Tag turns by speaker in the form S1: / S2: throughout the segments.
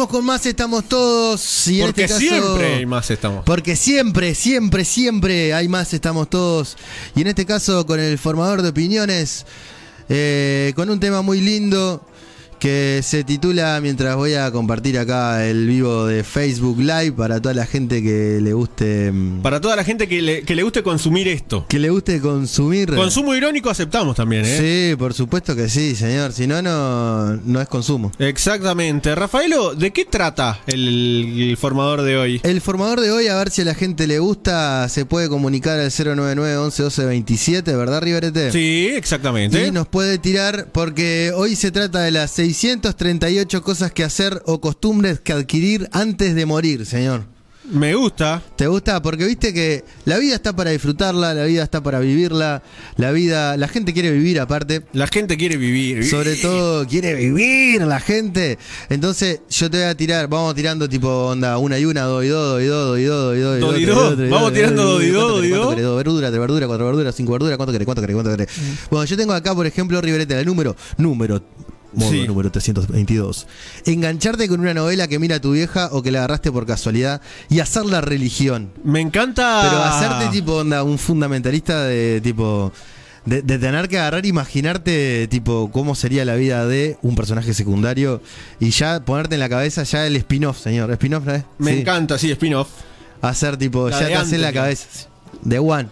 S1: Estamos con más, estamos todos. Y en
S2: Porque
S1: este caso-
S2: siempre hay más estamos.
S1: Porque siempre, siempre, siempre hay más, estamos todos. Y en este caso con el formador de opiniones, eh, con un tema muy lindo que se titula, mientras voy a compartir acá el vivo de Facebook Live para toda la gente que le guste... mm,
S2: Para toda la gente que le, que le guste consumir esto.
S1: Que le guste consumir...
S2: Consumo irónico aceptamos también, ¿eh?
S1: Sí, por supuesto que sí, señor. Si no, no, no es consumo.
S2: Exactamente. Rafaelo, ¿de qué trata el, el formador de hoy?
S1: El formador de hoy, a ver si a la gente le gusta, se puede comunicar al 099 11 12 27, ¿verdad, Riverete?
S2: Sí, exactamente.
S1: Y nos puede tirar porque hoy se trata de las 638 cosas que hacer o costumbres que adquirir antes de morir, señor.
S2: Me gusta.
S1: ¿Te gusta? Porque viste que la vida está para disfrutarla, la vida está para vivirla, la vida, la gente quiere vivir aparte.
S2: La gente quiere vivir.
S1: Sobre todo quiere vivir la gente. Entonces yo te voy a tirar, vamos tirando tipo onda, una y una, dos y dos, dos y dos, dos y dos, dos y dos.
S2: Dos y
S1: tres,
S2: dos.
S1: tres,
S2: Vamos
S1: tres, tres,
S2: tirando dos y
S1: ¿cuánto
S2: dos,
S1: querés, cuánto
S2: dos y dos? Mm.
S1: querés? Dos verduras, tres verduras, cuatro verduras, cinco verduras, cuánto querés, cuánto querés, cuánto querés. Bueno, yo tengo acá, por ejemplo, Rivereta, el número, número. Modo
S2: Sí.
S1: número 322. Engancharte con una novela que mira a tu vieja o que la agarraste por casualidad y hacerla religión.
S2: Me encanta.
S1: Pero hacerte tipo onda, un fundamentalista de tipo. De, de tener que agarrar, e imaginarte tipo cómo sería la vida de un personaje secundario y ya ponerte en la cabeza ya el spin-off, señor. Spin-off, ¿no es?
S2: Me
S1: Sí.
S2: encanta, sí, spin-off.
S1: Hacer tipo,
S2: La
S1: ya
S2: de
S1: te haces
S2: antes,
S1: la
S2: tío.
S1: cabeza. De One.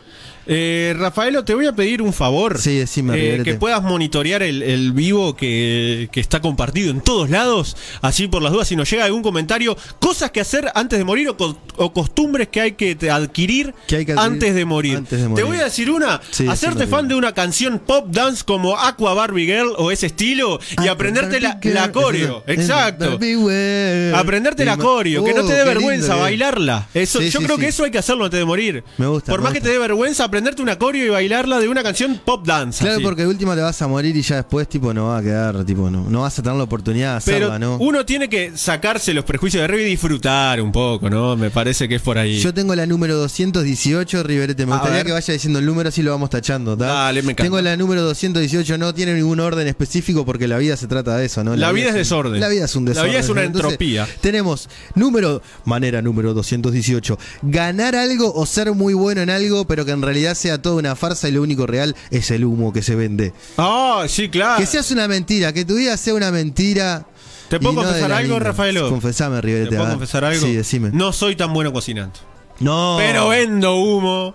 S2: Eh, Rafaelo, te voy a pedir un favor.
S1: Sí, decime,
S2: Eh,
S1: Riverete.
S2: que puedas monitorear el, el vivo que, que está compartido en todos lados. Así por las dudas, si nos llega algún comentario, cosas que hacer antes de morir o, co- o costumbres que hay que te- adquirir,
S1: Que hay que adquirir
S2: antes, de morir.
S1: antes de morir.
S2: Te voy a decir una:
S1: Sí,
S2: hacerte
S1: decime,
S2: fan de una canción pop dance como Aqua Barbie Girl o ese estilo y
S1: Ah,
S2: aprenderte la,
S1: Barbie
S2: la
S1: Girl.
S2: coreo. Exacto.
S1: Beware.
S2: Aprenderte la
S1: Ima-
S2: coreo, que no
S1: Oh,
S2: te
S1: qué
S2: dé
S1: lindo
S2: vergüenza
S1: que-
S2: bailarla. Eso,
S1: Sí,
S2: yo
S1: sí,
S2: creo que
S1: sí.
S2: eso hay que hacerlo antes de morir.
S1: Me gusta,
S2: Por
S1: me
S2: más que
S1: gusta.
S2: te dé vergüenza, aprenderte una coreo y bailarla de una canción pop dance.
S1: Claro,
S2: así.
S1: porque de última te vas a morir y ya después tipo no va a quedar, tipo no, no vas a tener la oportunidad de hacerla,
S2: Pero
S1: ¿no?
S2: uno tiene que sacarse los prejuicios de arriba y disfrutar un poco, ¿no? Me parece que es por ahí.
S1: Yo tengo la número 218, Riverete. Me
S2: A
S1: gustaría
S2: ver.
S1: que vaya diciendo el número, así lo vamos tachando. ¿tá?
S2: Dale, me encanta.
S1: Tengo la número 218, no tiene ningún orden específico porque la vida se trata de eso, ¿no?
S2: La vida es
S1: un-
S2: desorden.
S1: La vida es un
S2: La vida
S1: desorden.
S2: es una
S1: Entonces,
S2: entropía.
S1: Tenemos número, manera número 218. Ganar algo o ser muy bueno en algo, pero que en realidad sea toda una farsa y lo único real es el humo que se vende.
S2: Ah, sí, claro.
S1: Que seas una mentira, que tu vida sea una mentira.
S2: ¿Te puedo
S1: y no de
S2: confesar
S1: la
S2: algo,
S1: linda.
S2: Rafaelo?
S1: Confesame,
S2: ¿Te
S1: Riverete. a
S2: puedo
S1: ver.
S2: confesar algo?
S1: Sí, decime.
S2: No soy tan bueno cocinando.
S1: No.
S2: Pero vendo humo.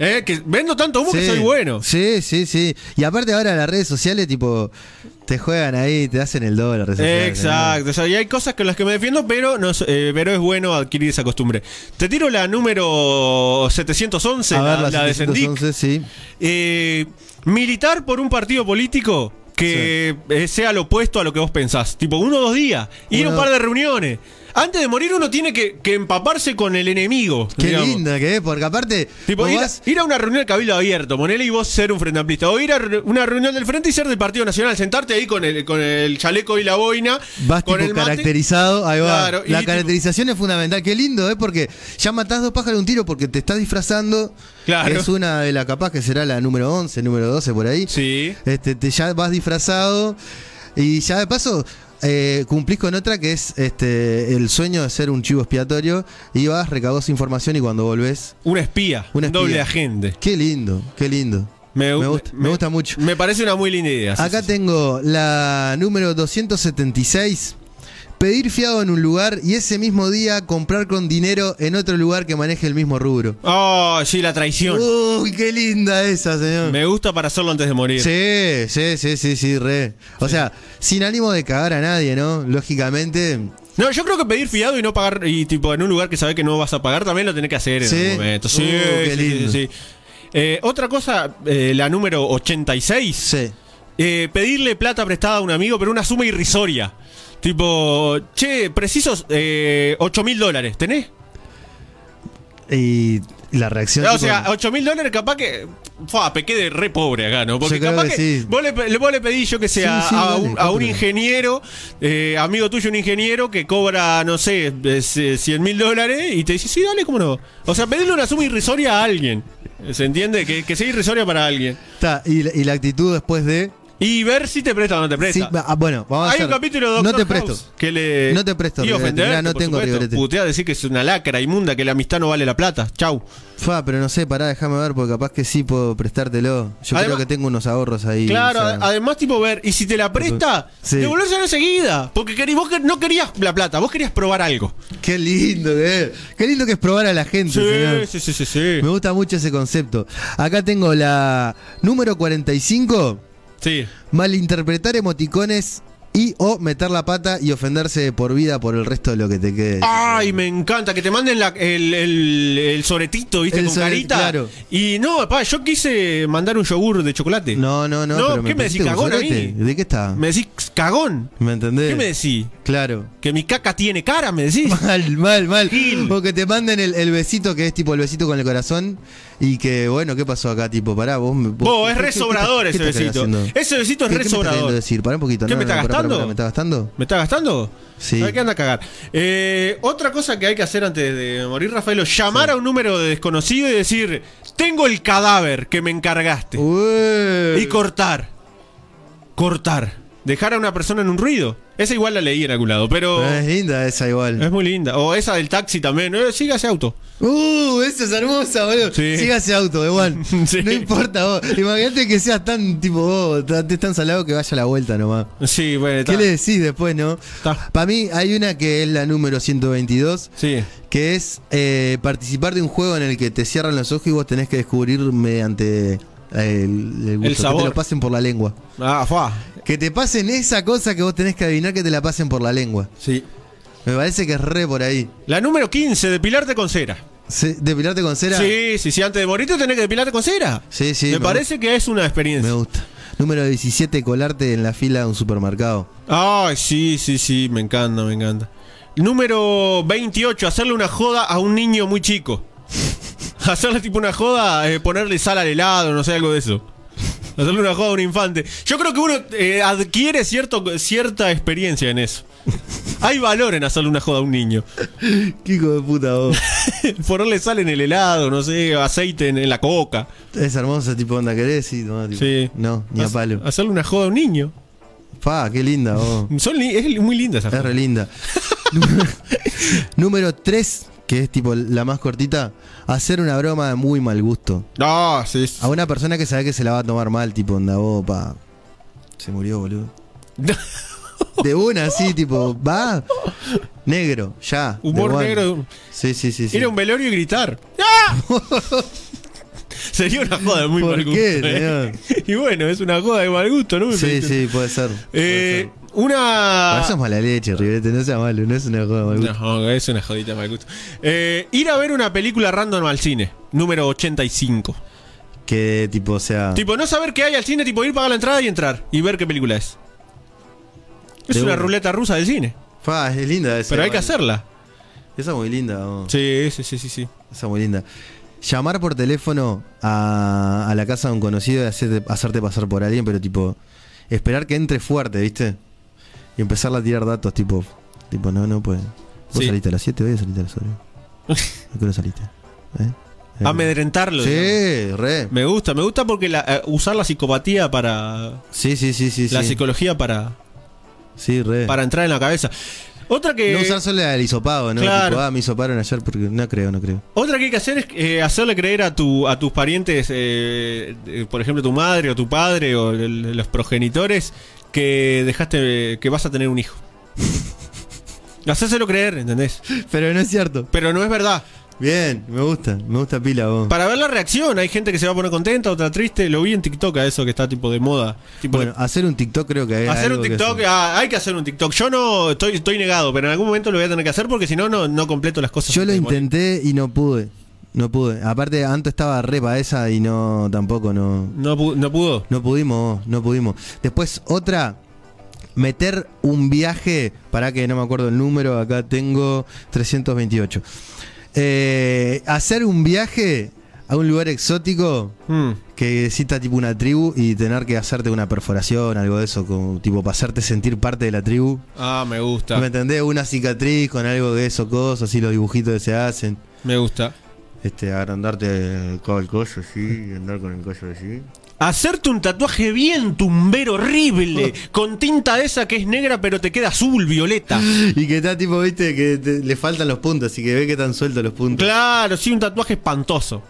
S2: Eh, que vendo tanto humo que
S1: Sí,
S2: soy bueno.
S1: Sí, sí, sí. Y aparte ahora las redes sociales, tipo, te juegan ahí, te hacen el dólar.
S2: Exacto, o sea, y hay cosas con las que me defiendo, pero no, so- eh, pero es bueno adquirir esa costumbre. Te tiro la número 711,
S1: A ver, la,
S2: la, la de Sendik.
S1: 711, sí.
S2: Eh, militar por un partido político que eh, sea lo opuesto a lo que vos pensás. Tipo, uno o dos días. Ir a un
S1: Uno-
S2: par de reuniones. Antes de morir uno tiene que, que empaparse con el enemigo.
S1: Qué
S2: digamos.
S1: linda que es, porque aparte,
S2: Tipo,
S1: vos
S2: ir, a-
S1: vas-
S2: ir a una reunión de cabildo abierto, ponele y vos ser un frente amplista. O ir a re- una reunión del frente y ser del Partido Nacional. Sentarte ahí con el, con el chaleco y la boina.
S1: vas
S2: con
S1: tipo
S2: el mate.
S1: caracterizado, ahí va.
S2: Claro, y
S1: la
S2: tipo-
S1: caracterización es fundamental. Qué lindo, ¿eh? Porque ya matás dos pájaros de un tiro porque te estás disfrazando.
S2: Claro.
S1: Es una de las capaz que será la número 11, número 12 por ahí.
S2: Sí.
S1: Este, te, ya vas disfrazado y ya de paso eh, cumplís con otra que es este el sueño de ser un chivo expiatorio y vas, recabás información y cuando volvés...
S2: Una espía.
S1: Una
S2: un doble
S1: espía.
S2: agente.
S1: Qué lindo, qué lindo.
S2: Me,
S1: gusta, me, gusta mucho.
S2: Me parece una muy linda idea. sí,
S1: Acá
S2: sí, sí.
S1: tengo la número 276. Pedir fiado en un lugar y ese mismo día comprar con dinero en otro lugar que maneje el mismo rubro.
S2: Oh, sí, la traición.
S1: Uy, qué linda esa, señor.
S2: Me gusta para hacerlo antes de morir.
S1: Sí, sí, sí, sí, sí, re. O sea, sin ánimo de cagar a nadie, ¿no? Lógicamente.
S2: No, yo creo que pedir fiado y no pagar, y tipo en un lugar que sabes que no vas a pagar, también lo tenés que hacer en
S1: Sí.
S2: algún momento. Sí,
S1: Uh, qué
S2: sí, sí,
S1: lindo.
S2: sí. Eh, otra cosa, eh, la número 86.
S1: Sí.
S2: Eh, pedirle plata prestada a un amigo, pero una suma irrisoria. Tipo, che, precisos eh, 8 mil dólares, ¿tenés?
S1: Y la reacción.
S2: O
S1: tipo,
S2: sea, 8 mil dólares capaz que... Fua, pequé de re pobre acá, ¿no? Porque
S1: Yo creo
S2: capaz que,
S1: que sí.
S2: vos, le, pe- le- vos le pedís, yo que sé,
S1: Sí,
S2: a,
S1: sí,
S2: a
S1: dale,
S2: un, a un
S1: compro.
S2: ingeniero, eh, amigo tuyo, un ingeniero que cobra, no sé, 100 mil dólares y te dice, sí, dale, ¿cómo no? O sea, pedirle una suma irrisoria a alguien. ¿Se entiende? Que, que sea irrisoria para alguien.
S1: está, y, la, y la actitud después de.
S2: Y ver si te presta o no te presta.
S1: Sí, va- ah, bueno, vamos a
S2: Hay un
S1: hacer-
S2: capítulo de Doctor
S1: No te
S2: House
S1: presto.
S2: que le
S1: No te presto,
S2: y
S1: Riverete,
S2: ofenderte,
S1: mirá, no
S2: por
S1: tengo
S2: supuesto.
S1: Riverete.
S2: Putear, decir que es una lacra inmunda, que la amistad no vale la plata. Chau.
S1: Fa, pero no sé, pará, déjame ver, porque capaz que sí puedo prestártelo. Yo
S2: Además-
S1: creo que tengo unos ahorros ahí.
S2: claro,
S1: o sea.
S2: ad- además tipo ver, y si te la presta,
S1: Sí.
S2: devolvérsela enseguida, porque querí- vos que- no querías la plata, vos querías probar algo.
S1: Qué lindo que es. Qué lindo que es probar a la gente, señor.
S2: sí, sí, sí, sí.
S1: Me gusta mucho ese concepto. Acá tengo la número 45.
S2: Sí.
S1: Malinterpretar emoticones y o meter la pata y ofenderse por vida por el resto de lo que te quede.
S2: Ay, me encanta que te manden la- el, el- el soretito, ¿viste?
S1: El
S2: con
S1: sobre-
S2: carita.
S1: claro.
S2: Y no, pa, yo quise mandar un yogur de chocolate.
S1: No, no, no.
S2: No,
S1: pero
S2: ¿qué me
S1: pusiste
S2: decís,
S1: un
S2: cagón a
S1: sorete.
S2: mí?
S1: ¿De qué está?
S2: Me decís cagón.
S1: ¿Me entendés?
S2: ¿Qué me decís?
S1: Claro.
S2: Que mi caca tiene cara, me decís.
S1: Mal, mal, mal.
S2: Gil.
S1: Porque te manden el, el besito que es tipo el besito con el corazón. Y que, bueno, ¿qué pasó acá? Tipo, pará, vos. me- vos-
S2: Vos, es
S1: ¿qué-
S2: re
S1: qué-
S2: sobrador
S1: qué- qué
S2: ese
S1: estás
S2: besito.
S1: haciendo?
S2: Ese besito
S1: ¿Qué, qué
S2: es re
S1: me estás queriendo
S2: sobrador.
S1: decir? Pará un poquito.
S2: ¿Qué
S1: no,
S2: me
S1: no,
S2: está
S1: no, pará,
S2: gastando?
S1: pará, ¿Me está gastando?
S2: ¿Me está gastando?
S1: Sí.
S2: ¿Sabés qué anda a cagar? Eh, otra cosa que hay que hacer antes de morir, Rafaelo, llamar a un número de desconocido y decir, tengo el cadáver que me encargaste.
S1: Ué.
S2: Y cortar. Cortar. Dejar a una persona en un ruido. Esa igual la leí en algún lado, pero
S1: Pero Es linda esa igual.
S2: es muy linda. O esa del taxi también. Eh, siga ese auto.
S1: Uh, esa es hermosa, boludo.
S2: Sí.
S1: Sígase auto, igual.
S2: Sí.
S1: No importa vos. Imagínate que seas tan tipo vos, tan, tan salado que vaya a la vuelta nomás.
S2: Sí, bueno,
S1: ¿Qué
S2: está.
S1: le decís después, no?
S2: Ta.
S1: Para mí hay una que es la número 122,
S2: Sí.
S1: que es eh, participar de un juego en el que te cierran los ojos y vos tenés que descubrir mediante eh, el, el gusto,
S2: sabor.
S1: que te lo pasen por la lengua.
S2: Ah, fa.
S1: Que te pasen esa cosa que vos tenés que adivinar que te la pasen por la lengua.
S2: Sí.
S1: Me parece que es re por ahí.
S2: La número 15, depilarte con cera.
S1: Se- ¿Depilarte con cera?
S2: Sí, sí, sí, antes de morirte tenés que depilarte con cera.
S1: Sí, sí.
S2: me,
S1: me
S2: parece que es una
S1: Me
S2: experiencia.
S1: gusta. Número 17, colarte en la fila de un supermercado.
S2: Ay, sí, sí, sí, me encanta, me encanta. Número 28, hacerle una joda a un niño muy chico. hacerle tipo una joda, eh, ponerle sal al helado, no sé, algo de eso. Hacerle una joda a un infante. Yo creo que uno eh, adquiere cierto, cierta experiencia en eso. Hay valor en hacerle una joda a un niño.
S1: Qué hijo de puta vos.
S2: ponerle sal en el helado, no sé, aceite en, en la coca.
S1: es hermosa, tipo, onda querés y no, tipo,
S2: Sí.
S1: no, ni a
S2: Hac-
S1: palo.
S2: Hacerle una joda a un niño.
S1: Pa, qué linda vos.
S2: Son li- es muy linda esa
S1: Es
S2: joda.
S1: re linda. Número- Número 3, que es tipo la más cortita, hacer una broma de muy mal gusto.
S2: No, sí. sí.
S1: A una persona que sabe que se la va a tomar mal, tipo, onda vos, pa. Se murió, boludo. De una, así, tipo, va. Negro, ya. de
S2: Humor
S1: one.
S2: negro.
S1: Sí, sí, sí. sí.
S2: Ir a un velorio y gritar. ¡Ah! Sería una joda de muy
S1: ¿Por
S2: mal gusto.
S1: qué,
S2: ¿eh? Y bueno, es una joda de mal gusto, ¿no? Me
S1: Sí,
S2: parece.
S1: sí, puede ser. puede
S2: Eh,
S1: ser.
S2: una.
S1: Pero eso es mala leche, Rivete, no sea malo, no es una joda mal gusto.
S2: No, es una jodita de mal gusto. Eh, ir a ver una película random al cine, número 85.
S1: Que tipo, o sea.
S2: Tipo, no saber qué hay al cine, tipo ir pagar la entrada y entrar y ver qué película es. Es
S1: De
S2: una
S1: una.
S2: ruleta rusa del cine,
S1: fa, es linda esa.
S2: pero hay que
S1: igual.
S2: hacerla.
S1: Esa es muy linda, vos.
S2: Sí, sí, sí, sí, sí.
S1: esa es muy linda. Llamar por teléfono a, a la casa de un conocido y hacerte, hacerte pasar por alguien, pero tipo, esperar que entre fuerte, ¿viste? Y empezarle a tirar datos, tipo, tipo, no, no, pues. Vos
S2: Sí.
S1: saliste a las 7 hoy o saliste a las 8. ¿A qué hora saliste? ¿Eh?
S2: Ah,
S1: Eh,
S2: Amedrentarlo. digamos.
S1: Sí, re.
S2: Me gusta, me gusta porque la- eh, usar la psicopatía para.
S1: Sí, sí, sí, sí.
S2: la
S1: sí.
S2: psicología para,
S1: Sí, re.
S2: para entrar en la cabeza. Otra que,
S1: No usar solo el hisopado, ¿no?
S2: Eh, Claro.
S1: Tipo, ah, me hisoparon ayer porque no creo, no creo.
S2: otra que hay que hacer es eh, hacerle creer a, tu, a tus parientes, eh, eh, por ejemplo, tu madre o tu padre o el- los progenitores, que dejaste eh, que vas a tener un hijo. Hacéselo creer, ¿entendés?
S1: Pero no es cierto.
S2: Pero no es verdad.
S1: Bien, me gusta, me gusta pila vos.
S2: Para ver la reacción, hay gente que se va a poner contenta, otra triste. Lo vi en TikTok a eso que está tipo de moda. Tipo,
S1: bueno, hacer un TikTok creo que es
S2: Hacer
S1: algo
S2: un
S1: que
S2: TikTok,
S1: hacer.
S2: ah, hay que hacer un TikTok. Yo no estoy, estoy negado, pero en algún momento lo voy a tener que hacer porque si no, no, no completo las cosas.
S1: Yo lo
S2: que me ponen.
S1: intenté y no pude. No pude. Aparte, Anto estaba re pa' esa y no, tampoco, no.
S2: No, pu- no pudo.
S1: No pudimos, vos, no pudimos. Después, otra. Meter un viaje. Para que no me acuerdo el número, acá tengo 328. Eh, hacer un viaje a un lugar exótico.
S2: Mm.
S1: Que cita tipo una tribu y tener que hacerte una perforación, algo de eso, como, tipo para hacerte sentir parte de la tribu.
S2: Ah, me gusta.
S1: ¿Me entendés? Una cicatriz con algo de eso, cosas, así los dibujitos que se hacen.
S2: Me gusta.
S1: Este, agrandarte con el coso así, y andar con el coso así.
S2: Hacerte un tatuaje bien tumbero, horrible, con tinta de esa que es negra pero te queda azul, violeta.
S1: Y que está tipo, viste, que te- le faltan los puntos, así que ve que están sueltos los puntos.
S2: Claro, sí, un tatuaje espantoso.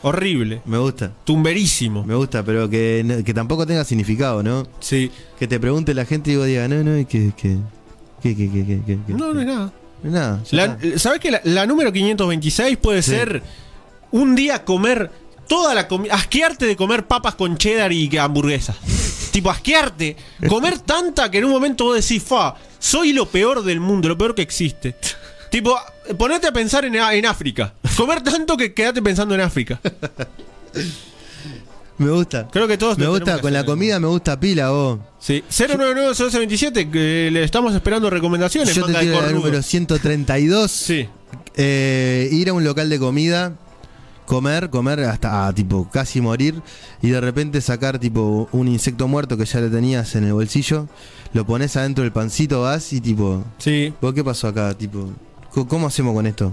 S2: Horrible.
S1: Me gusta,
S2: Tumberísimo.
S1: me gusta, pero que, no- que tampoco tenga significado, ¿no?
S2: Sí.
S1: Que te pregunte la gente y vos digas, no, no, y que, que, que, que, que, que, que- que-
S2: No, no es nada.
S1: Nada, ya
S2: La-
S1: está.
S2: ¿Sabes que la, la número 526 puede
S1: Sí.
S2: ser un día comer toda la comida, asquearte de comer papas con cheddar y que- hamburguesas? tipo, asquearte, comer tanta que en un momento vos decís, fa, soy lo peor del mundo, lo peor que existe. tipo, ponerte a pensar en, en África. Comer tanto que quedate pensando en África.
S1: Me gusta.
S2: Creo que todos
S1: Me
S2: lo tenemos
S1: gusta,
S2: que
S1: con la
S2: hacer en algún
S1: comida me gusta pila, vos.
S2: Sí, 099-1127, que le estamos esperando recomendaciones.
S1: Yo te
S2: manga de
S1: tiro el
S2: cornudo.
S1: número 132.
S2: Sí,
S1: Eh, ir a un local de comida, comer, comer hasta ah, tipo casi morir y de repente sacar tipo un insecto muerto que ya le tenías en el bolsillo, lo pones adentro del pancito, vas y tipo,
S2: sí.
S1: ¿vos qué pasó acá? Tipo, co- ¿cómo hacemos con esto?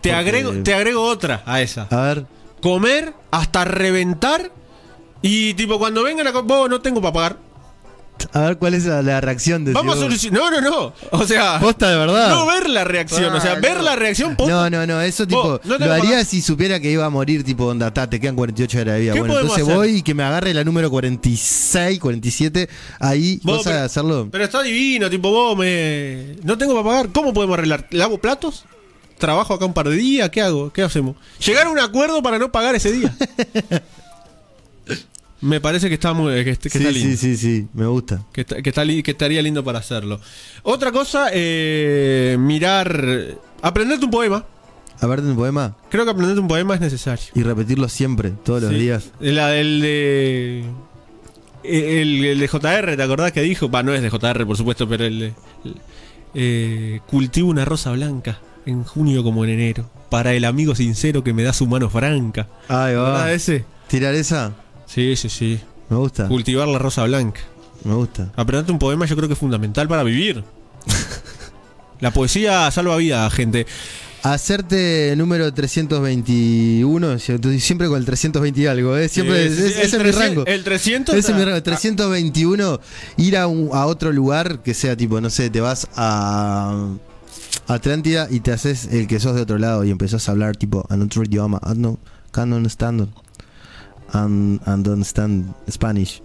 S2: Te
S1: Porque-
S2: agrego, te agrego otra a esa.
S1: A ver,
S2: Comer hasta reventar y tipo cuando vengan a... co- Vos no tengo para pagar.
S1: a ver cuál es la, la reacción de
S2: Vamos a
S1: si vos-
S2: solucionar... No, no, no. O sea,
S1: Posta de verdad.
S2: no ver la reacción. O sea,
S1: Ah,
S2: ver
S1: no.
S2: la reacción... posta.
S1: No, no, no, eso tipo,
S2: Vos, no te
S1: lo
S2: lo
S1: haría
S2: pagás.
S1: si supiera que iba a morir, tipo, onda, ta, te quedan 48 horas de vida.
S2: ¿Qué
S1: Bueno,
S2: podemos
S1: entonces
S2: hacer?
S1: voy y que me agarre la número 46, 47, ahí,
S2: Vos,
S1: vas a
S2: pero-
S1: hacerlo.
S2: Pero está divino, tipo vos me... No tengo para pagar. ¿Cómo podemos arreglar? ¿Lavo platos? ¿Trabajo acá un par de días? ¿Qué hago? ¿Qué hacemos? Llegar a un acuerdo para no pagar ese día. me parece que está muy... Que, que
S1: sí,
S2: está lindo.
S1: sí, sí, sí, me gusta.
S2: Que, está- que está li- que estaría lindo para hacerlo. Otra cosa, eh, mirar... Aprenderte un poema.
S1: Aparte un poema
S2: Creo que aprenderte un poema es necesario.
S1: y repetirlo siempre, todos los
S2: Sí.
S1: días.
S2: La del de... eh, El, el de JR, ¿te acordás que dijo? Bah, no es de JR, por supuesto, pero el de... el- eh, cultivo una rosa blanca en junio como en enero. Para el amigo sincero que me da su mano franca.
S1: Ahí va.
S2: ¿Verdad ese?
S1: Tirar esa,
S2: Sí, sí, sí.
S1: me gusta,
S2: Cultivar la rosa blanca.
S1: me gusta.
S2: Aprenderte un poema yo creo que es fundamental para vivir. la poesía salva vida, gente.
S1: Hacerte número 321, sie- siempre con el 320 y algo, ¿eh? Siempre,
S2: Eh,
S1: es- es-
S2: el
S1: ese es mi
S2: 300
S1: rango.
S2: El 300...
S1: Ese es mi
S2: ah,
S1: rango, 321, ir a, un- a otro lugar que sea tipo, no sé, te vas a Atlántida y te haces el que sos de otro lado y empezás a hablar tipo en otro idioma. I no, can't understand. And, and understand Spanish.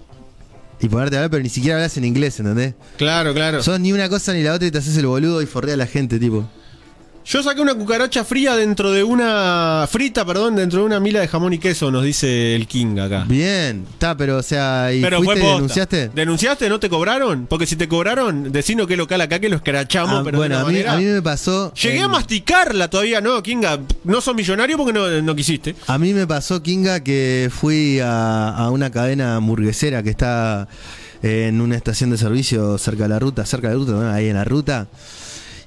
S1: Y ponerte a hablar, pero ni siquiera hablas en inglés, ¿entendés?
S2: Claro, claro.
S1: Sos ni una cosa ni la otra y te haces el boludo y forrea a la gente, tipo.
S2: Yo saqué una cucaracha fría dentro de una. frita, perdón, dentro de una mila de jamón y queso, nos dice el King acá.
S1: Bien, está, pero o sea, ¿y fuiste y
S2: Ah. posta.
S1: denunciaste?
S2: ¿Denunciaste? ¿No te cobraron? Porque si te cobraron, decino qué local acá que lo
S1: Ah,
S2: escrachamos, pero
S1: bueno,
S2: de
S1: a
S2: una
S1: mí,
S2: manera.
S1: a mí eh, me pasó.
S2: Llegué a
S1: en-
S2: masticarla todavía, no, Kinga. No sos millonario porque no, no quisiste.
S1: A mí me pasó, Kinga, que fui a, a una cadena hamburguesera que está eh, en una estación de servicio cerca de la ruta, cerca de la ruta, bueno, ahí en la ruta.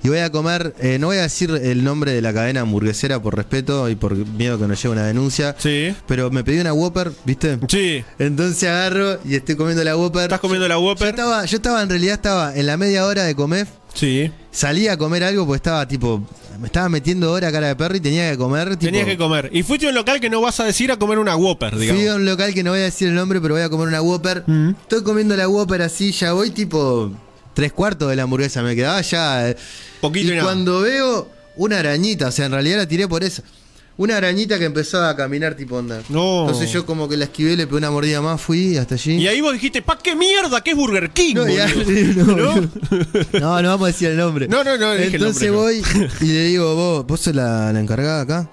S1: Y voy a comer, eh, no voy a decir el nombre de la cadena hamburguesera por respeto y por miedo que nos lleve una denuncia,
S2: Sí.
S1: pero me pedí una Whopper, ¿viste?
S2: Sí.
S1: Entonces agarro y estoy comiendo la Whopper.
S2: ¿Estás comiendo la
S1: Yo
S2: Whopper?
S1: estaba, yo estaba, en realidad estaba en la media hora de comer,
S2: Sí.
S1: salí a comer algo porque estaba tipo, me estaba metiendo hora cara de perro y tenía que comer, tipo,
S2: Tenías que comer. Y fuiste a un local que no vas a decir a comer una Whopper,
S1: Fui a
S2: digamos.
S1: un local que no voy a decir el nombre, pero voy a comer una Whopper.
S2: Mm.
S1: Estoy comiendo la Whopper así, ya voy tipo tres cuartos de la hamburguesa, me quedaba ya. eh.
S2: Poquito y
S1: y
S2: nada.
S1: cuando veo una arañita, o sea, en realidad la tiré por eso. Una arañita que empezaba a caminar tipo onda.
S2: No.
S1: Entonces yo como que la esquivé, le pegué una mordida más, fui hasta allí.
S2: Y ahí vos dijiste, ¿pa' qué mierda? ¿Qué es Burger King?
S1: No, y
S2: boludo?"
S1: ahí- no,
S2: ¿No?
S1: No, no vamos a decir el nombre.
S2: No, no, no, dije el
S1: Entonces
S2: nombre,
S1: voy y le digo, vos, vos sos la, la encargada acá.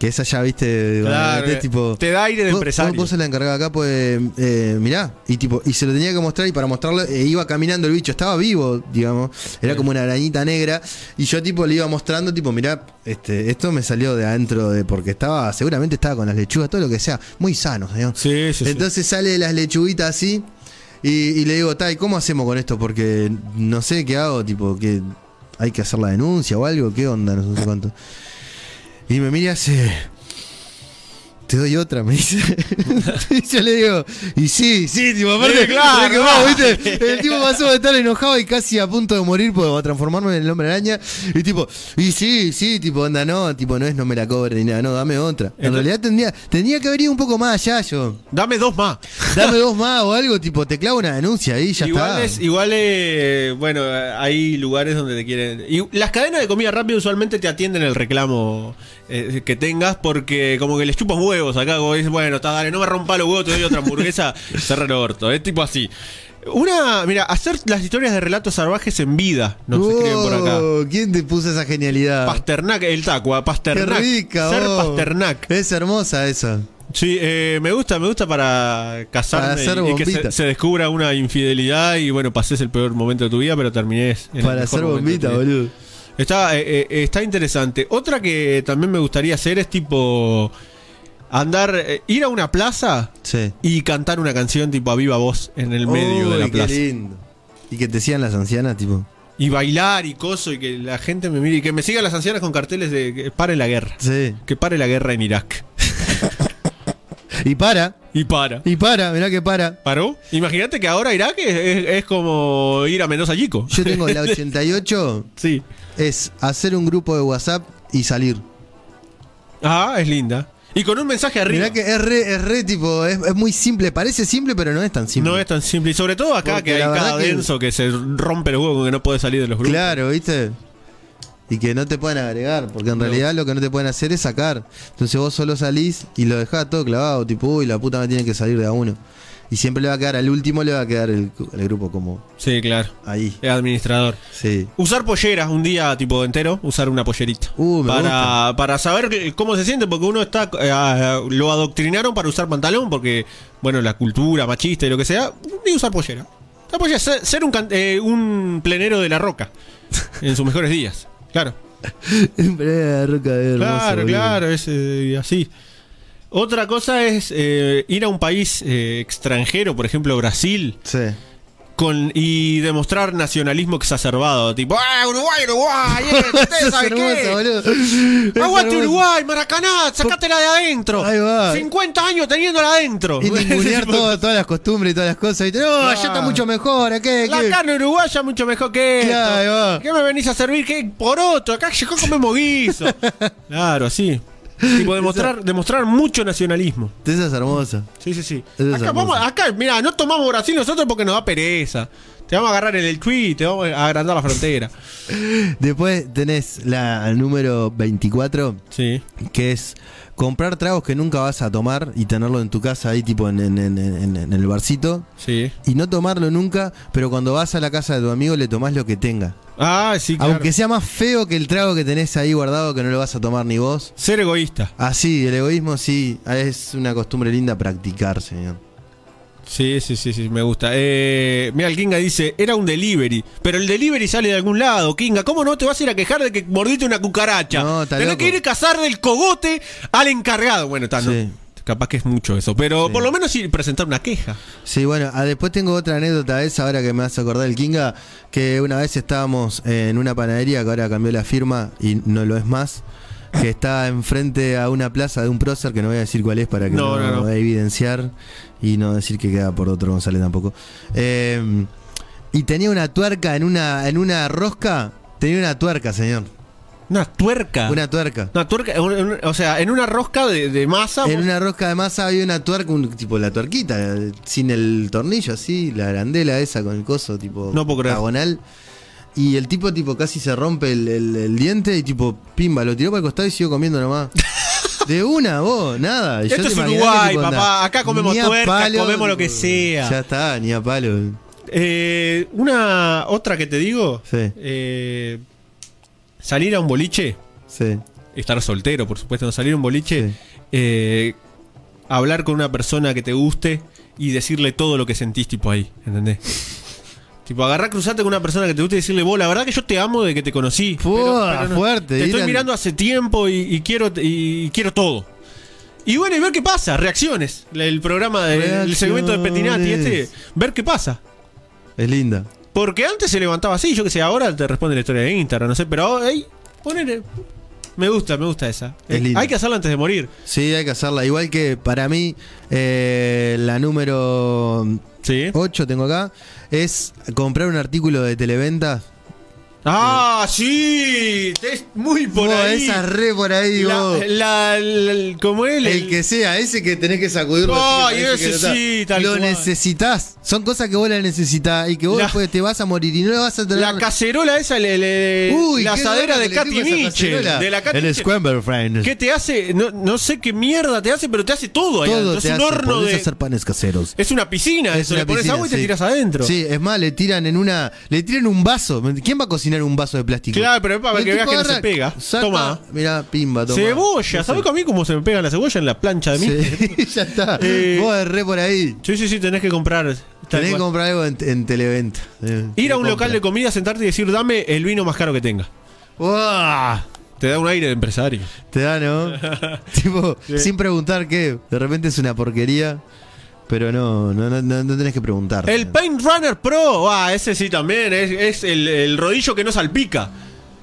S1: Que esa ya, viste,
S2: Claro, eh,
S1: este tipo.
S2: te da aire de
S1: Vos-
S2: empresario.
S1: Vos, vos sos la encargada acá, pues eh, mirá. Y tipo, y se lo tenía que mostrar y para mostrarlo eh, iba caminando el bicho, estaba vivo, digamos. Era como una arañita negra. Y yo tipo le iba mostrando, tipo, mirá, este, esto me salió de adentro de. porque estaba, seguramente estaba con las lechugas, todo lo que sea, muy sanos, digamos.
S2: Sí, sí, sí.
S1: Entonces sale de las lechuguitas así. Y, y le digo, Tai, ¿cómo hacemos con esto? Porque no sé qué hago, tipo, que hay que hacer la denuncia o algo, qué onda, no sé cuánto. Y me mira y hace. te doy otra, me dice. y yo le digo, y sí, sí, tipo, aparte,
S2: Sí, claro,
S1: re quemado,
S2: dale.
S1: ¿viste? El tipo pasó de estar enojado y casi a punto de morir porque va a transformarme en el hombre araña. Y tipo, y sí, sí, tipo, anda, no, tipo, no es, no me la cobre ni nada, no, dame otra. En
S2: Entonces-
S1: realidad tendría, tenía que haber ido un poco más allá yo.
S2: Dame dos más.
S1: Dame dos más o algo, tipo, te clavo una denuncia ahí, ya
S2: igual
S1: está.
S2: es, igual eh, bueno, eh, hay lugares donde te quieren. Y las cadenas de comida rápida usualmente te atienden el reclamo eh, que tengas porque como que les chupas huevos acá, como dices, bueno, está dale, no me rompa los huevos, te doy otra hamburguesa, cerra el orto, es tipo así. Una, mira, hacer las historias de relatos salvajes en vida, nos escriben por acá.
S1: Oh, ¿Quién te puso esa genialidad?
S2: Pasternak, el tacua,
S1: Qué
S2: Pasternak.
S1: rica,
S2: ser
S1: oh.
S2: Pasternak.
S1: Es hermosa esa.
S2: Sí, eh, me gusta, me gusta para
S1: Para
S2: casarme
S1: hacer
S2: y- y, que
S1: bombita.
S2: se, se descubra una infidelidad y bueno, pases el peor momento de tu vida, pero terminé. en el
S1: Para
S2: mejor
S1: hacer
S2: momento de
S1: bombita,
S2: tu vida.
S1: boludo.
S2: Está, eh, eh, está interesante. Otra que también me gustaría hacer es tipo andar, eh, ir a una plaza
S1: Sí.
S2: y cantar una canción tipo a viva voz en el medio de
S1: Uy,
S2: la
S1: qué
S2: plaza.
S1: lindo. Y que te sigan las ancianas, tipo.
S2: Y bailar y coso y que la gente me mire y que me sigan las ancianas con carteles de que pare la guerra.
S1: Sí.
S2: Que pare la guerra en Irak.
S1: Y para,
S2: Y para.
S1: y para, mirá que para.
S2: ¿Paró? Imagínate que ahora Irak es, es- es como ir a Mendoza Chico.
S1: Yo tengo la 88,
S2: Sí.
S1: es hacer un grupo de WhatsApp y salir.
S2: Ah, es linda. Y con un mensaje arriba.
S1: Mirá que es re, es re tipo, es, es muy simple, parece simple, pero no es tan simple.
S2: No es tan simple. Y sobre todo acá
S1: Porque
S2: que hay
S1: la verdad
S2: cada
S1: que-
S2: denso que se rompe el huevo con que no puede salir de los grupos.
S1: Claro, ¿viste? Y que no te pueden agregar, porque en
S2: No.
S1: realidad lo que no te pueden hacer es sacar. Entonces vos solo salís y lo dejás todo clavado, tipo, uy, la puta me tiene que salir de a uno. Y siempre le va a quedar, al último le va a quedar el, el grupo como
S2: Sí, claro.
S1: ahí.
S2: Es administrador.
S1: Sí.
S2: Usar polleras un día tipo entero, usar una pollerita.
S1: Uh, me
S2: para, para saber que- cómo se siente, porque uno está. eh, ah, lo adoctrinaron para usar pantalón, porque, bueno, la cultura machista y lo que sea, y usar pollera. La pollera, ser, ser un, can- eh, un plenero de la roca en sus mejores días. Claro,
S1: Pero, Roca, es hermoso,
S2: claro,
S1: boludo.
S2: claro, es eh, así. Otra cosa es eh, ir a un país eh, extranjero, por ejemplo Brasil,
S1: Sí.
S2: con, y demostrar nacionalismo exacerbado, tipo, ¡ah, Uruguay, Uruguay! eh,
S1: Eso
S2: ¿ustedes
S1: es
S2: saben qué?
S1: hermoso, boludo. Es
S2: ¡Aguante
S1: hermoso.
S2: Uruguay, Maracaná! ¡Sacátela de adentro!
S1: Ahí va.
S2: 50 años teniéndola adentro.
S1: Y ningunear
S2: Tipo,
S1: todo- todas las costumbres y todas las cosas. Y te- no,
S2: Ah.
S1: ya está mucho mejor. ¿a ¿qué,
S2: La
S1: qué?
S2: carne uruguaya mucho mejor que esto.
S1: Claro, ahí va.
S2: ¿Qué me venís a servir? ¿Qué poroto? Acá llegó comemos guiso. claro, así. Tipo, demostrar, demostrar mucho nacionalismo.
S1: Esa es hermosa.
S2: Sí, sí, sí.
S1: Eso es
S2: Acá,
S1: hermoso.
S2: vamos, acá, mira, no tomamos Brasil nosotros porque nos da pereza. Te vamos a agarrar en el tweet, te vamos a agrandar la frontera.
S1: Después tenés la número 24,
S2: Sí.
S1: que es comprar tragos que nunca vas a tomar y tenerlo en tu casa ahí, tipo en, en- en- en- en el barcito.
S2: Sí.
S1: Y no tomarlo nunca, pero cuando vas a la casa de tu amigo le tomás lo que tenga.
S2: Ah, sí, claro.
S1: Aunque sea más feo que el trago que tenés ahí guardado que no lo vas a tomar ni vos.
S2: Ser egoísta.
S1: Así, el egoísmo sí, es una costumbre linda practicar, señor.
S2: Sí, sí, sí, sí, me gusta. Eh, mira, el Kinga dice, era un delivery. Pero el delivery sale de algún lado, Kinga. ¿Cómo no te vas a ir a quejar de que mordiste una cucaracha?
S1: No, está
S2: Tenés
S1: loco.
S2: que ir a cazar del cogote al encargado. Bueno, está, no.
S1: Sí.
S2: Capaz que es mucho eso. Pero
S1: Sí.
S2: por lo menos ir presentar una queja.
S1: Sí, bueno, ah, después tengo otra anécdota esa ahora que me hace acordar el Kinga, que una vez estábamos eh, en una panadería que ahora cambió la firma y no lo es más, que está enfrente a una plaza de un prócer que no voy a decir cuál es para que
S2: No,
S1: no,
S2: no, no.
S1: va a evidenciar y no decir que queda por otro González tampoco. Eh, y tenía una tuerca en una en una rosca, tenía una tuerca, señor,
S2: Una tuerca.
S1: una tuerca.
S2: Una tuerca, un- un- o sea, en una rosca de, de masa.
S1: En
S2: vos-
S1: una rosca de masa había una tuerca, un, tipo la tuerquita, eh, sin el tornillo así, la arandela esa con el coso, tipo
S2: No puedo creer.
S1: diagonal. Y el tipo, tipo, casi se rompe el, el- el diente y tipo, pimba, lo tiró para el costado y siguió comiendo nomás. De una, vos, nada. Y yo
S2: Esto
S1: te
S2: es
S1: imaginás
S2: Uruguay,
S1: que, tipo, anda,
S2: papá, acá comemos
S1: ni a
S2: tuerca, comemos lo que
S1: tipo,
S2: sea.
S1: Ya está, ni a palo.
S2: Eh, una otra que te digo.
S1: Sí.
S2: Eh, salir a un boliche.
S1: Sí.
S2: Estar soltero, por supuesto. No salir a un boliche.
S1: Sí.
S2: eh, hablar con una persona que te guste y decirle todo lo que sentís, tipo ahí. ¿Entendés? tipo, agarrar, cruzarte con una persona que te guste y decirle, vos, la verdad que yo te amo de que te conocí.
S1: Fua, fuerte,
S2: Te
S1: ir
S2: estoy
S1: al-
S2: mirando hace tiempo y, y quiero, y quiero todo. Y bueno, y ver qué pasa, reacciones. La- El programa del
S1: Reacciones.
S2: segmento de Petinati, este, ver qué pasa.
S1: Es linda.
S2: Porque antes se levantaba así, yo que sé, ahora te responde la historia de Instagram, no sé, pero ahora, ahí, ponele. Me gusta, me gusta esa.
S1: Es
S2: Eh,
S1: linda.
S2: Hay que hacerla antes de morir.
S1: Sí, hay que hacerla. Igual que para mí, eh, la número
S2: Sí.
S1: 8 tengo acá, es comprar un artículo de televenta.
S2: ¡Ah, sí! Es muy por
S1: Vos,
S2: ahí.
S1: Esa re por ahí,
S2: la,
S1: vos.
S2: la- la- la- como él,
S1: El que sea, ese que tenés que sacudirlo. así que
S2: Ay,
S1: parece que
S2: ese
S1: no está.
S2: sí, tal
S1: Lo
S2: cual.
S1: necesitas. Son cosas que vos las necesitas y que vos
S2: La-
S1: después te vas a morir y no la vas a tener.
S2: la cacerola esa, le- le-
S1: Uy,
S2: la
S1: qué
S2: asadera
S1: bueno
S2: de
S1: que le
S2: Katy
S1: dimos esa
S2: Mitchell.
S1: cacerola.
S2: De la Katy
S1: El
S2: Mitchell.
S1: Scramble Friends.
S2: ¿Qué te hace? No, no sé qué mierda te hace, pero te hace todo. ahí
S1: Todo
S2: adentro.
S1: te
S2: es un
S1: hace,
S2: horno
S1: podés
S2: de.
S1: hacer panes caseros.
S2: Es una piscina,
S1: Es
S2: eso.
S1: una
S2: le pones
S1: piscina,
S2: agua y te
S1: sí.
S2: tiras adentro.
S1: Sí, es más, le tiran en una. Le tiran un vaso. ¿Quién va a cocinar un vaso de plástico?
S2: Claro, pero es para
S1: El
S2: que veas
S1: tipo
S2: que no se
S1: agarra,
S2: pega.
S1: saca,
S2: Toma.
S1: Mirá, pimba, toma.
S2: Cebolla,
S1: No
S2: ¿sabes a mí cómo se me pega la cebolla en la plancha de mí? Sí,
S1: sé. Sí, ya está.
S2: Eh,
S1: Vos erré por ahí.
S2: sí, sí, tenés que comprar. tal
S1: Tenés que
S2: cual.
S1: comprar algo en, en Televenta. Eh,
S2: Ir a un
S1: compra.
S2: local de comida, sentarte y decir, dame el vino más caro que tenga.
S1: ¡Uah!
S2: Te da un aire de empresario.
S1: Te da, Ah. ¿no? tipo, sin preguntar qué. De repente es una porquería. Pero no, no, no, no- no tenés que preguntar.
S2: El Paint Runner Pro, ah, ese sí también, es, es el, el rodillo que no salpica.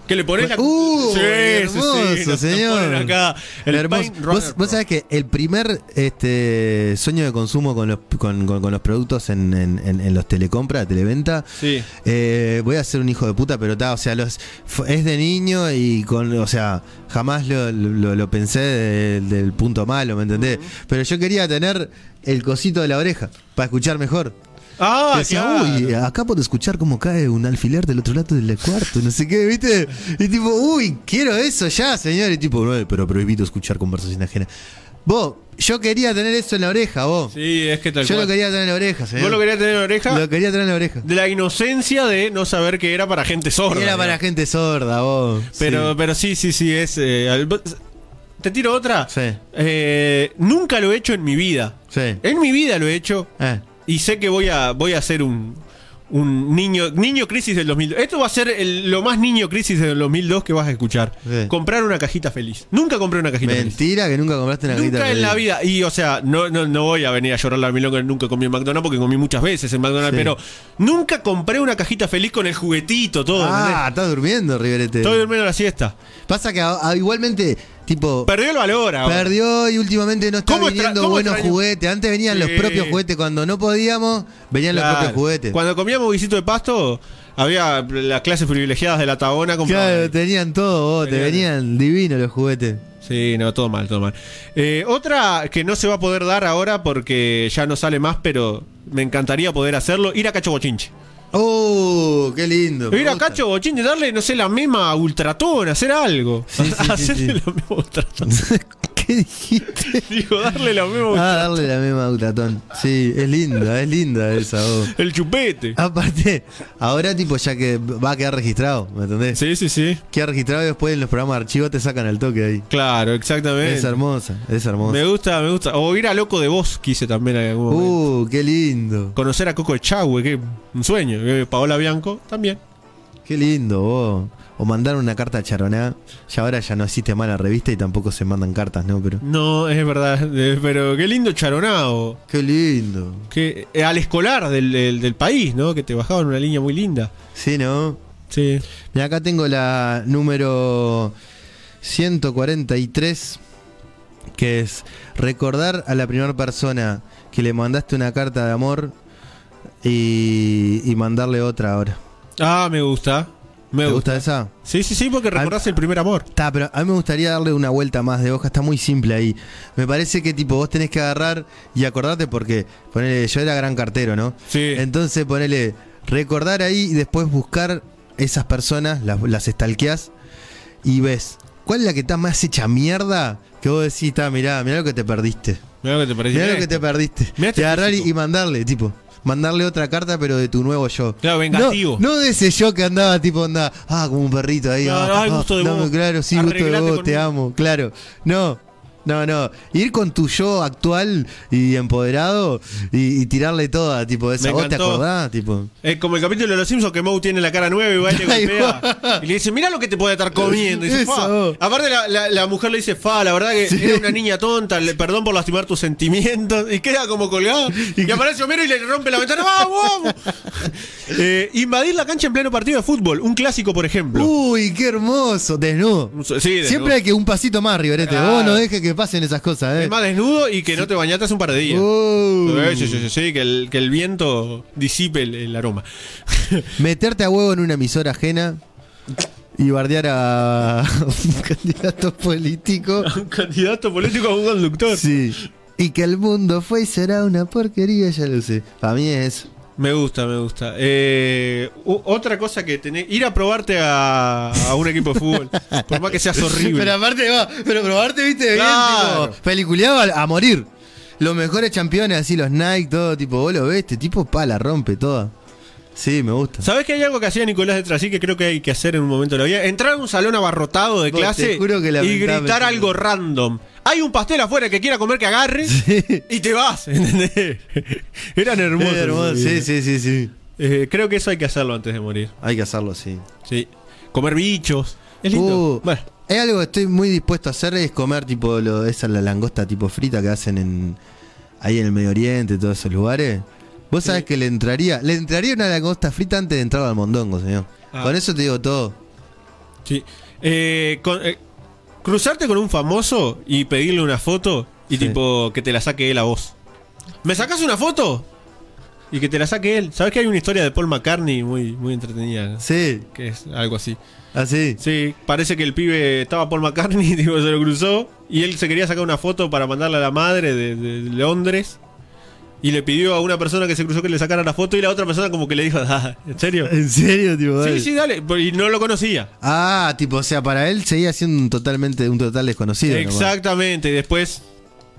S2: Que le pones la.
S1: Uh, hermoso,
S2: nos- nos
S1: señor.
S2: ponen acá el
S1: Hermoso.
S2: Paint Runner
S1: Vos, vos
S2: Pro.
S1: sabés que el primer este, sueño de consumo con los, con, con- con los productos en, en- en- en los telecompra, televenta.
S2: Sí.
S1: eh, voy a ser un hijo de puta, pero está, o sea, los, fue- es de niño y con, o sea, jamás lo, lo- lo pensé de- del punto malo, ¿me entendés? Pero yo quería tener el cosito de la oreja para escuchar mejor.
S2: Ah,
S1: Que decía,
S2: claro.
S1: uy, eh, acá puedo escuchar cómo cae un alfiler del otro lado del cuarto, no sé qué, ¿viste? Y tipo, uy, quiero eso ya, señor. Y tipo, no, pero prohibido escuchar conversación ajena. Vos, yo quería tener eso en la oreja, vos.
S2: Sí, es que tal
S1: yo lo
S2: cual.
S1: quería tener en la oreja, señor.
S2: Vos lo querías tener en la oreja
S1: Lo quería tener en la oreja.
S2: de la inocencia de no saber que era para gente sorda.
S1: Y era
S2: ¿no?
S1: para gente sorda, vos.
S2: Pero, pero sí, sí, sí, es. eh, al- Te tiro otra.
S1: Sí.
S2: Eh, nunca lo he hecho en mi vida.
S1: Sí. sí.
S2: En mi vida lo he hecho.
S1: Eh.
S2: Y sé que voy a, voy a ser un, un niño, niño crisis del 2002. Esto va a ser el- lo más niño crisis del 2002 que vas a escuchar.
S1: Sí.
S2: Comprar una cajita feliz. Nunca compré una cajita feliz.
S1: Mentira que nunca compraste una cajita
S2: Nunca en
S1: feliz.
S2: la vida. Y, o sea, no, no, no voy a venir a llorar la milonga que nunca comí en McDonald's porque comí muchas veces en McDonald's,
S1: Sí.
S2: pero nunca compré una cajita feliz con el juguetito, todo.
S1: Ah,
S2: ¿entendés?
S1: estás durmiendo, Riverete.
S2: Estoy durmiendo la siesta.
S1: Pasa que a- a- igualmente, tipo,
S2: Perdió el valor ahora.
S1: Perdió y últimamente no está
S2: Ah, ¿Cómo extra-
S1: viniendo
S2: cómo
S1: buenos
S2: extraño?
S1: juguetes. Antes venían los
S2: Sí.
S1: propios juguetes. Cuando no podíamos, venían los
S2: Claro.
S1: propios juguetes.
S2: Cuando comíamos guisito de pasto, había las clases privilegiadas de la tabona. compraban
S1: Claro,
S2: ahí.
S1: tenían todo, vos, te venían divinos los juguetes.
S2: Sí, no, todo mal, todo mal. Eh, otra que no se va a poder dar ahora porque ya no sale más, pero me encantaría poder hacerlo, ir a Cacho Bochinche.
S1: ¡Oh, qué lindo! me
S2: ir a
S1: gusta.
S2: Cacho Bochinche, darle, no sé, la misma ultratón, hacer algo.
S1: Sí, sí, sí,
S2: Hacerle
S1: sí.
S2: la misma ultratón.
S1: ¿Qué dijiste?
S2: Digo, darle la misma
S1: Ah, darle la misma autatón. Sí, es linda, es linda esa vos.
S2: El chupete.
S1: Ah. Aparte, ahora tipo ya que va a quedar registrado, ¿me entendés?
S2: Sí, sí, sí.
S1: Queda registrado y después en los programas de archivo te sacan al toque ahí.
S2: Claro, exactamente.
S1: Es hermosa, es hermosa.
S2: me gusta, me gusta. O ir a Loco de Voz, quise también en algún momento.
S1: Uh, qué lindo.
S2: Conocer a Coco Echagüe, que un sueño. Eh, Paola Bianco, también.
S1: Qué lindo, vos. O mandar una carta a Charoná. Ya ahora ya no existe más la revista y tampoco se mandan cartas, ¿no? Pero.
S2: No, es verdad. eh, pero qué lindo charonao.
S1: Qué lindo.
S2: Que, eh, al escolar del, del- del país, ¿no? Que te bajaban una línea muy linda.
S1: Sí, ¿no?
S2: Sí.
S1: Mira, acá tengo la número 143, que es recordar a la primera persona que le mandaste una carta de amor y, y mandarle otra ahora.
S2: Ah, me gusta. Me
S1: ¿Te
S2: gusta.
S1: gusta esa?
S2: Sí, sí, sí, porque recordás el primer amor.
S1: Está, pero a mí me gustaría darle una vuelta más de hoja, está muy simple ahí. Me parece que tipo vos tenés que agarrar y acordarte porque, ponele, yo era gran cartero, ¿no?
S2: Sí.
S1: Entonces ponele, recordar ahí y después buscar esas personas, las, las estalqueás y ves, ¿cuál es la que está más hecha mierda? Que vos decís, está, mirá, mirá lo que te perdiste.
S2: Mirá lo que te pareció.
S1: Mirá lo que te perdiste.
S2: Mirá este
S1: y agarrar y,
S2: físico.
S1: y mandarle, tipo. Mandarle otra carta, pero de tu nuevo yo.
S2: Claro, vengativo.
S1: No, no de ese yo que andaba, tipo, andaba, ah, como un perrito ahí.
S2: Claro,
S1: ah,
S2: ay,
S1: ah,
S2: gusto de
S1: dame,
S2: vos.
S1: Claro, sí, gusto de
S2: Arreglate
S1: vos, te
S2: conmigo.
S1: amo, claro. No, No, no. Ir con tu yo actual y empoderado y, y tirarle toda, tipo, esa.
S2: Me
S1: ¿Vos te
S2: encantó.
S1: acordás? Tipo.
S2: Es como el capítulo de los Simpsons que Moe tiene la cara nueva y va y le
S1: Ahí
S2: golpea.
S1: va.
S2: Y le dice, mirá lo que te puede estar comiendo. Y dice,
S1: Eso.
S2: "Fa". Aparte la, la- la mujer le dice, fa, la verdad que
S1: Sí.
S2: era una niña tonta, le- perdón por lastimar tus sentimientos. Y queda como colgado. Y aparece Homero y le rompe la ventana. ¡Vamos! Eh, invadir la cancha en pleno partido de fútbol. Un clásico, por ejemplo.
S1: Uy, qué hermoso. Desnudo.
S2: Un so- sí, desnudo.
S1: Uh, Siempre hay que un pasito más, Riverete.
S2: Claro.
S1: Vos no dejes que pasen esas cosas,
S2: Es
S1: eh.
S2: más desnudo y que no te bañaste hace un par de días.
S1: Uh.
S2: Eh, Sí, sí, sí, sí, que el, que el viento disipe el, el aroma.
S1: Meterte a huevo en una emisora ajena y bardear a un candidato político.
S2: un candidato político a un conductor.
S1: Sí. Y que el mundo fue y será una porquería, ya lo sé. Para mí es. eso.
S2: Me gusta, me gusta. Eh, u- otra cosa que tenés, ir a probarte a, a un equipo de fútbol, por más que seas horrible.
S1: Pero aparte va, pero probarte, viste,
S2: Claro.
S1: bien, tipo, peliculeado a, a morir. Los mejores campeones, así los Nike, todo, tipo, vos lo ves, este tipo pa, la rompe toda. Sí, me gusta.
S2: ¿Sabés que hay algo que hacía Nicolás de Trasí que creo que hay que hacer en un momento de la vida? Entrar a un salón abarrotado de
S1: Vos,
S2: clase
S1: te juro que
S2: y
S1: lamentable,
S2: gritar
S1: sí.
S2: algo random. Hay un pastel afuera que quiera comer que agarre y te vas, ¿entendés? Eran hermosos.
S1: Es hermoso,
S2: esos
S1: sí,
S2: videos.
S1: sí, sí, sí.
S2: Eh, creo que eso hay que hacerlo antes de morir.
S1: Hay que hacerlo así.
S2: Sí. Comer bichos. Es lindo.
S1: Uh,
S2: Bueno,
S1: Es algo que estoy muy dispuesto a hacer, es comer tipo lo, esa la langosta tipo frita que hacen en ahí en el Medio Oriente, todos esos lugares. Vos sabés que le entraría, le entraría una langosta frita antes de entrar al mondongo, señor.
S2: Ah.
S1: Con eso te digo todo.
S2: sí. Eh, con- eh, cruzarte con un famoso y pedirle una foto y
S1: Sí.
S2: tipo que te la saque él a vos. ¿Me sacás una foto? Y que te la saque él. ¿Sabés que hay una historia de Paul McCartney muy, muy entretenida? ¿no?
S1: Sí,
S2: Que es algo así.
S1: así.
S2: Sí, parece que el pibe estaba Paul McCartney, tipo, se lo cruzó. Y él se quería sacar una foto para mandarla a la madre de, de- de Londres. Y le pidió a una persona que se cruzó que le sacara la foto. Y la otra persona, como que le dijo, "Ah, ¿en serio?
S1: ¿En serio, tipo?
S2: Sí,
S1: dale.
S2: sí, dale. Pero- Y no lo conocía.
S1: Ah, tipo, o sea, para él seguía siendo un totalmente un total desconocido. nomás.
S2: Exactamente. Y después.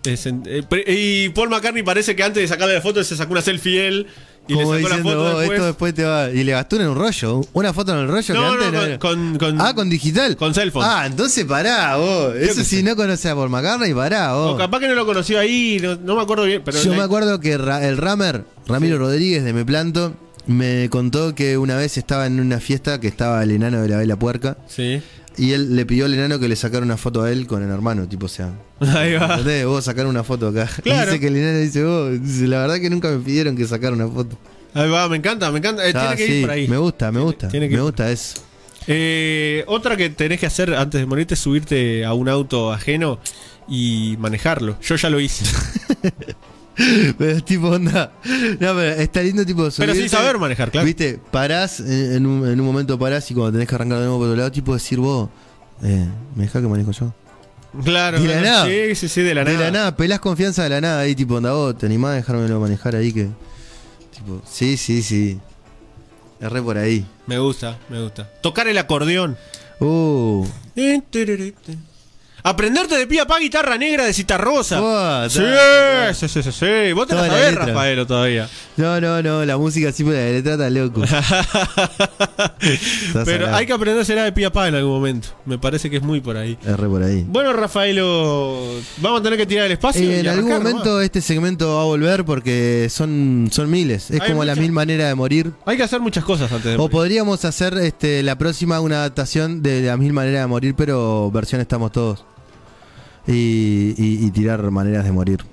S2: es en- eh, pre- y Paul McCartney parece que antes de sacarle la foto se sacó una selfie él. Y
S1: Como
S2: le sacó
S1: diciendo,
S2: la foto
S1: "Oh,
S2: después.
S1: esto después te va. Y le gastó en un rollo, una foto en el rollo que
S2: no,
S1: antes
S2: no,
S1: no
S2: con,
S1: era.
S2: con- con-
S1: Ah, con digital.
S2: con cell phone.
S1: Ah, entonces pará, vos. Eso
S2: que
S1: si
S2: sí.
S1: no conoces a Paul McCartney, pará, vos.
S2: O capaz que no lo conoció ahí. No, no me acuerdo bien. Pero
S1: Yo
S2: la-
S1: me acuerdo que Ra- el Rammer, Ramiro Rodríguez de Me Planto, me contó que una vez estaba en una fiesta que estaba el enano de la vela puerca
S2: Sí.
S1: y él le pidió al enano que le sacara una foto a él con el hermano, tipo, o sea,
S2: Ahí va.
S1: ¿entendés? Vos sacar una foto acá. Y
S2: Claro.
S1: dice que el enano dice, vos, dice, la verdad que nunca me pidieron que sacara una foto.
S2: Ahí va, me encanta, me encanta. Eh,
S1: Ah,
S2: tiene que
S1: sí,
S2: ir por ahí.
S1: Me gusta, me gusta.
S2: tiene que
S1: me
S2: ir.
S1: gusta eso.
S2: Eh, otra que tenés que hacer antes de morirte es subirte a un auto ajeno y manejarlo. Yo ya lo hice.
S1: Pero es tipo onda. No, pero está lindo tipo
S2: Pero sin
S1: subirte,
S2: saber manejar, claro.
S1: Viste, parás, eh, en, en un, en un momento parás y cuando tenés que arrancar de nuevo por otro lado, tipo decir vos, eh, me dejá que manejo yo.
S2: Claro,
S1: De la
S2: claro.
S1: nada.
S2: Sí, sí, sí, de la
S1: de
S2: nada.
S1: la nada, pelás confianza de la nada ahí, tipo onda vos, te animás a dejármelo manejar ahí que. Tipo, sí, sí, sí. Erré por ahí.
S2: Me gusta, me gusta. Tocar el acordeón.
S1: Uh.
S2: Aprenderte de pie a pa guitarra negra de Citarrosa.
S1: Buah,
S2: sí,
S1: ta-
S2: sí, sí, sí, sí. Vos te
S1: Toda
S2: la
S1: la
S2: sabés,
S1: letra.
S2: Rafaelo, todavía.
S1: No, no, no, la música siempre la letra está loco.
S2: Pero
S1: salado.
S2: hay que aprendérsela de pie a pa en algún momento. Me parece que es muy por ahí.
S1: Erré por ahí.
S2: Bueno, Rafaelo, vamos a tener que tirar el espacio.
S1: Eh,
S2: y
S1: en algún
S2: arrancar
S1: momento
S2: nomás.
S1: este segmento va a volver porque son, son miles. Es
S2: Hay
S1: como la
S2: muchas-
S1: mil manera de morir.
S2: Hay que hacer muchas cosas antes de
S1: O
S2: morir.
S1: podríamos hacer este, la próxima una adaptación de la mil manera de morir, pero versión estamos todos. Y, y- y tirar maneras de morir.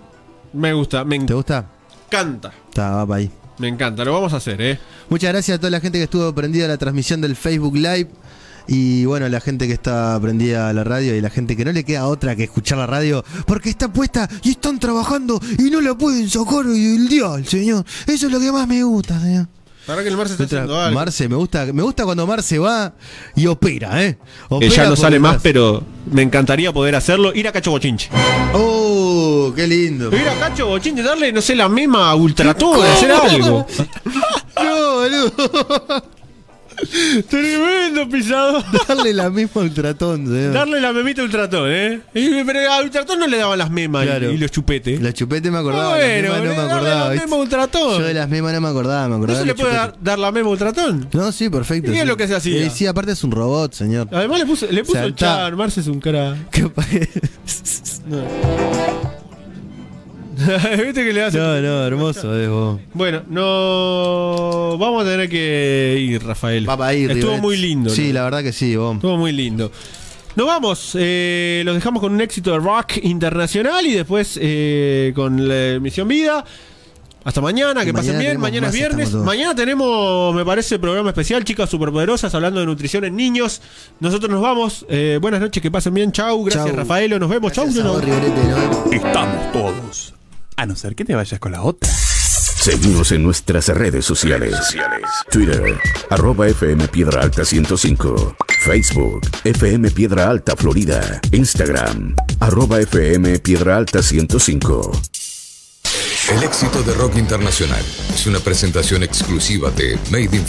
S2: Me gusta, me
S1: ¿Te gusta?
S2: encanta.
S1: Está, va pa' ahí.
S2: Me encanta, lo vamos a hacer, ¿eh?
S1: Muchas gracias a toda la gente que estuvo prendida a la transmisión del Facebook Live. Y bueno, la gente que está prendida a la radio y la gente que no le queda otra que escuchar la radio porque está puesta y están trabajando y no la pueden sacar y el día al señor. Eso es lo que más me gusta, señor.
S2: Para que el mar se está
S1: Otra-
S2: haciendo algo.
S1: Marce, me gusta, me gusta cuando Marce va y opera, ¿eh?
S2: Que
S1: Opera
S2: ya no
S1: porque
S2: sale más,
S1: vas-
S2: pero me encantaría poder hacerlo. Ir a Cacho Bochinche.
S1: ¡Oh, qué lindo!
S2: Ir a Cacho Bochinche, darle, no sé, la mema a Ultratón, hacer algo.
S1: ¡No, boludo!
S2: Tremendo pisado.
S1: Darle la misma ¿eh? al tratón, señor.
S2: Darle la memita a Ultratón, ¿eh? Y- pero a Ultratón no le daban las memas y-
S1: Claro.
S2: y, los chupetes. Ah,
S1: La chupete me acordaba, la misma no
S2: le
S1: me
S2: daban
S1: acordaba,
S2: las memo a un
S1: Yo
S2: tratón.
S1: de las memas no me acordaba, me
S2: ¿No
S1: acordaba.
S2: se
S1: de
S2: le
S1: los
S2: puede
S1: chupetes.
S2: dar, dar la memo a un tratón?
S1: No, sí, perfecto.
S2: Y es Ah.
S1: sí.
S2: lo que se hacía.
S1: Eh, sí, aparte es un robot, señor.
S2: Además le puso, le puso
S1: Saltá.
S2: Char, Marce es un cara.
S1: Capaz que-
S2: No. ¿Viste que le hace?
S1: No, no, hermoso es vos.
S2: Bueno, no. Vamos a tener que ir, Rafael.
S1: Va para ahí,
S2: Estuvo
S1: River.
S2: muy lindo.
S1: Sí,
S2: ¿no?
S1: la verdad que sí, vos.
S2: Estuvo muy lindo. Nos vamos, eh, los dejamos con un éxito de rock internacional y después eh, con la Misión Vida. Hasta mañana, que
S1: Mañana
S2: pasen bien.
S1: tenemos
S2: Mañana es
S1: más,
S2: viernes.
S1: estamos todos.
S2: Mañana tenemos, me parece, programa especial, chicas superpoderosas, hablando de nutrición en niños. Nosotros nos vamos. Eh, buenas noches, que pasen bien. Chau, gracias
S1: Chau.
S2: Rafaelo. Nos vemos.
S1: Gracias
S2: Chau,
S1: a
S2: no,
S1: vos,
S2: no.
S1: Riverete, nos vemos.
S3: Estamos todos. A no ser que te vayas con la otra.
S4: Seguimos en nuestras redes sociales. Twitter, arroba FM Piedra Alta 105. Facebook, FM Piedra Alta Florida. Instagram, arroba FM Piedra Alta 105.
S5: El éxito de rock internacional es una presentación exclusiva de Made in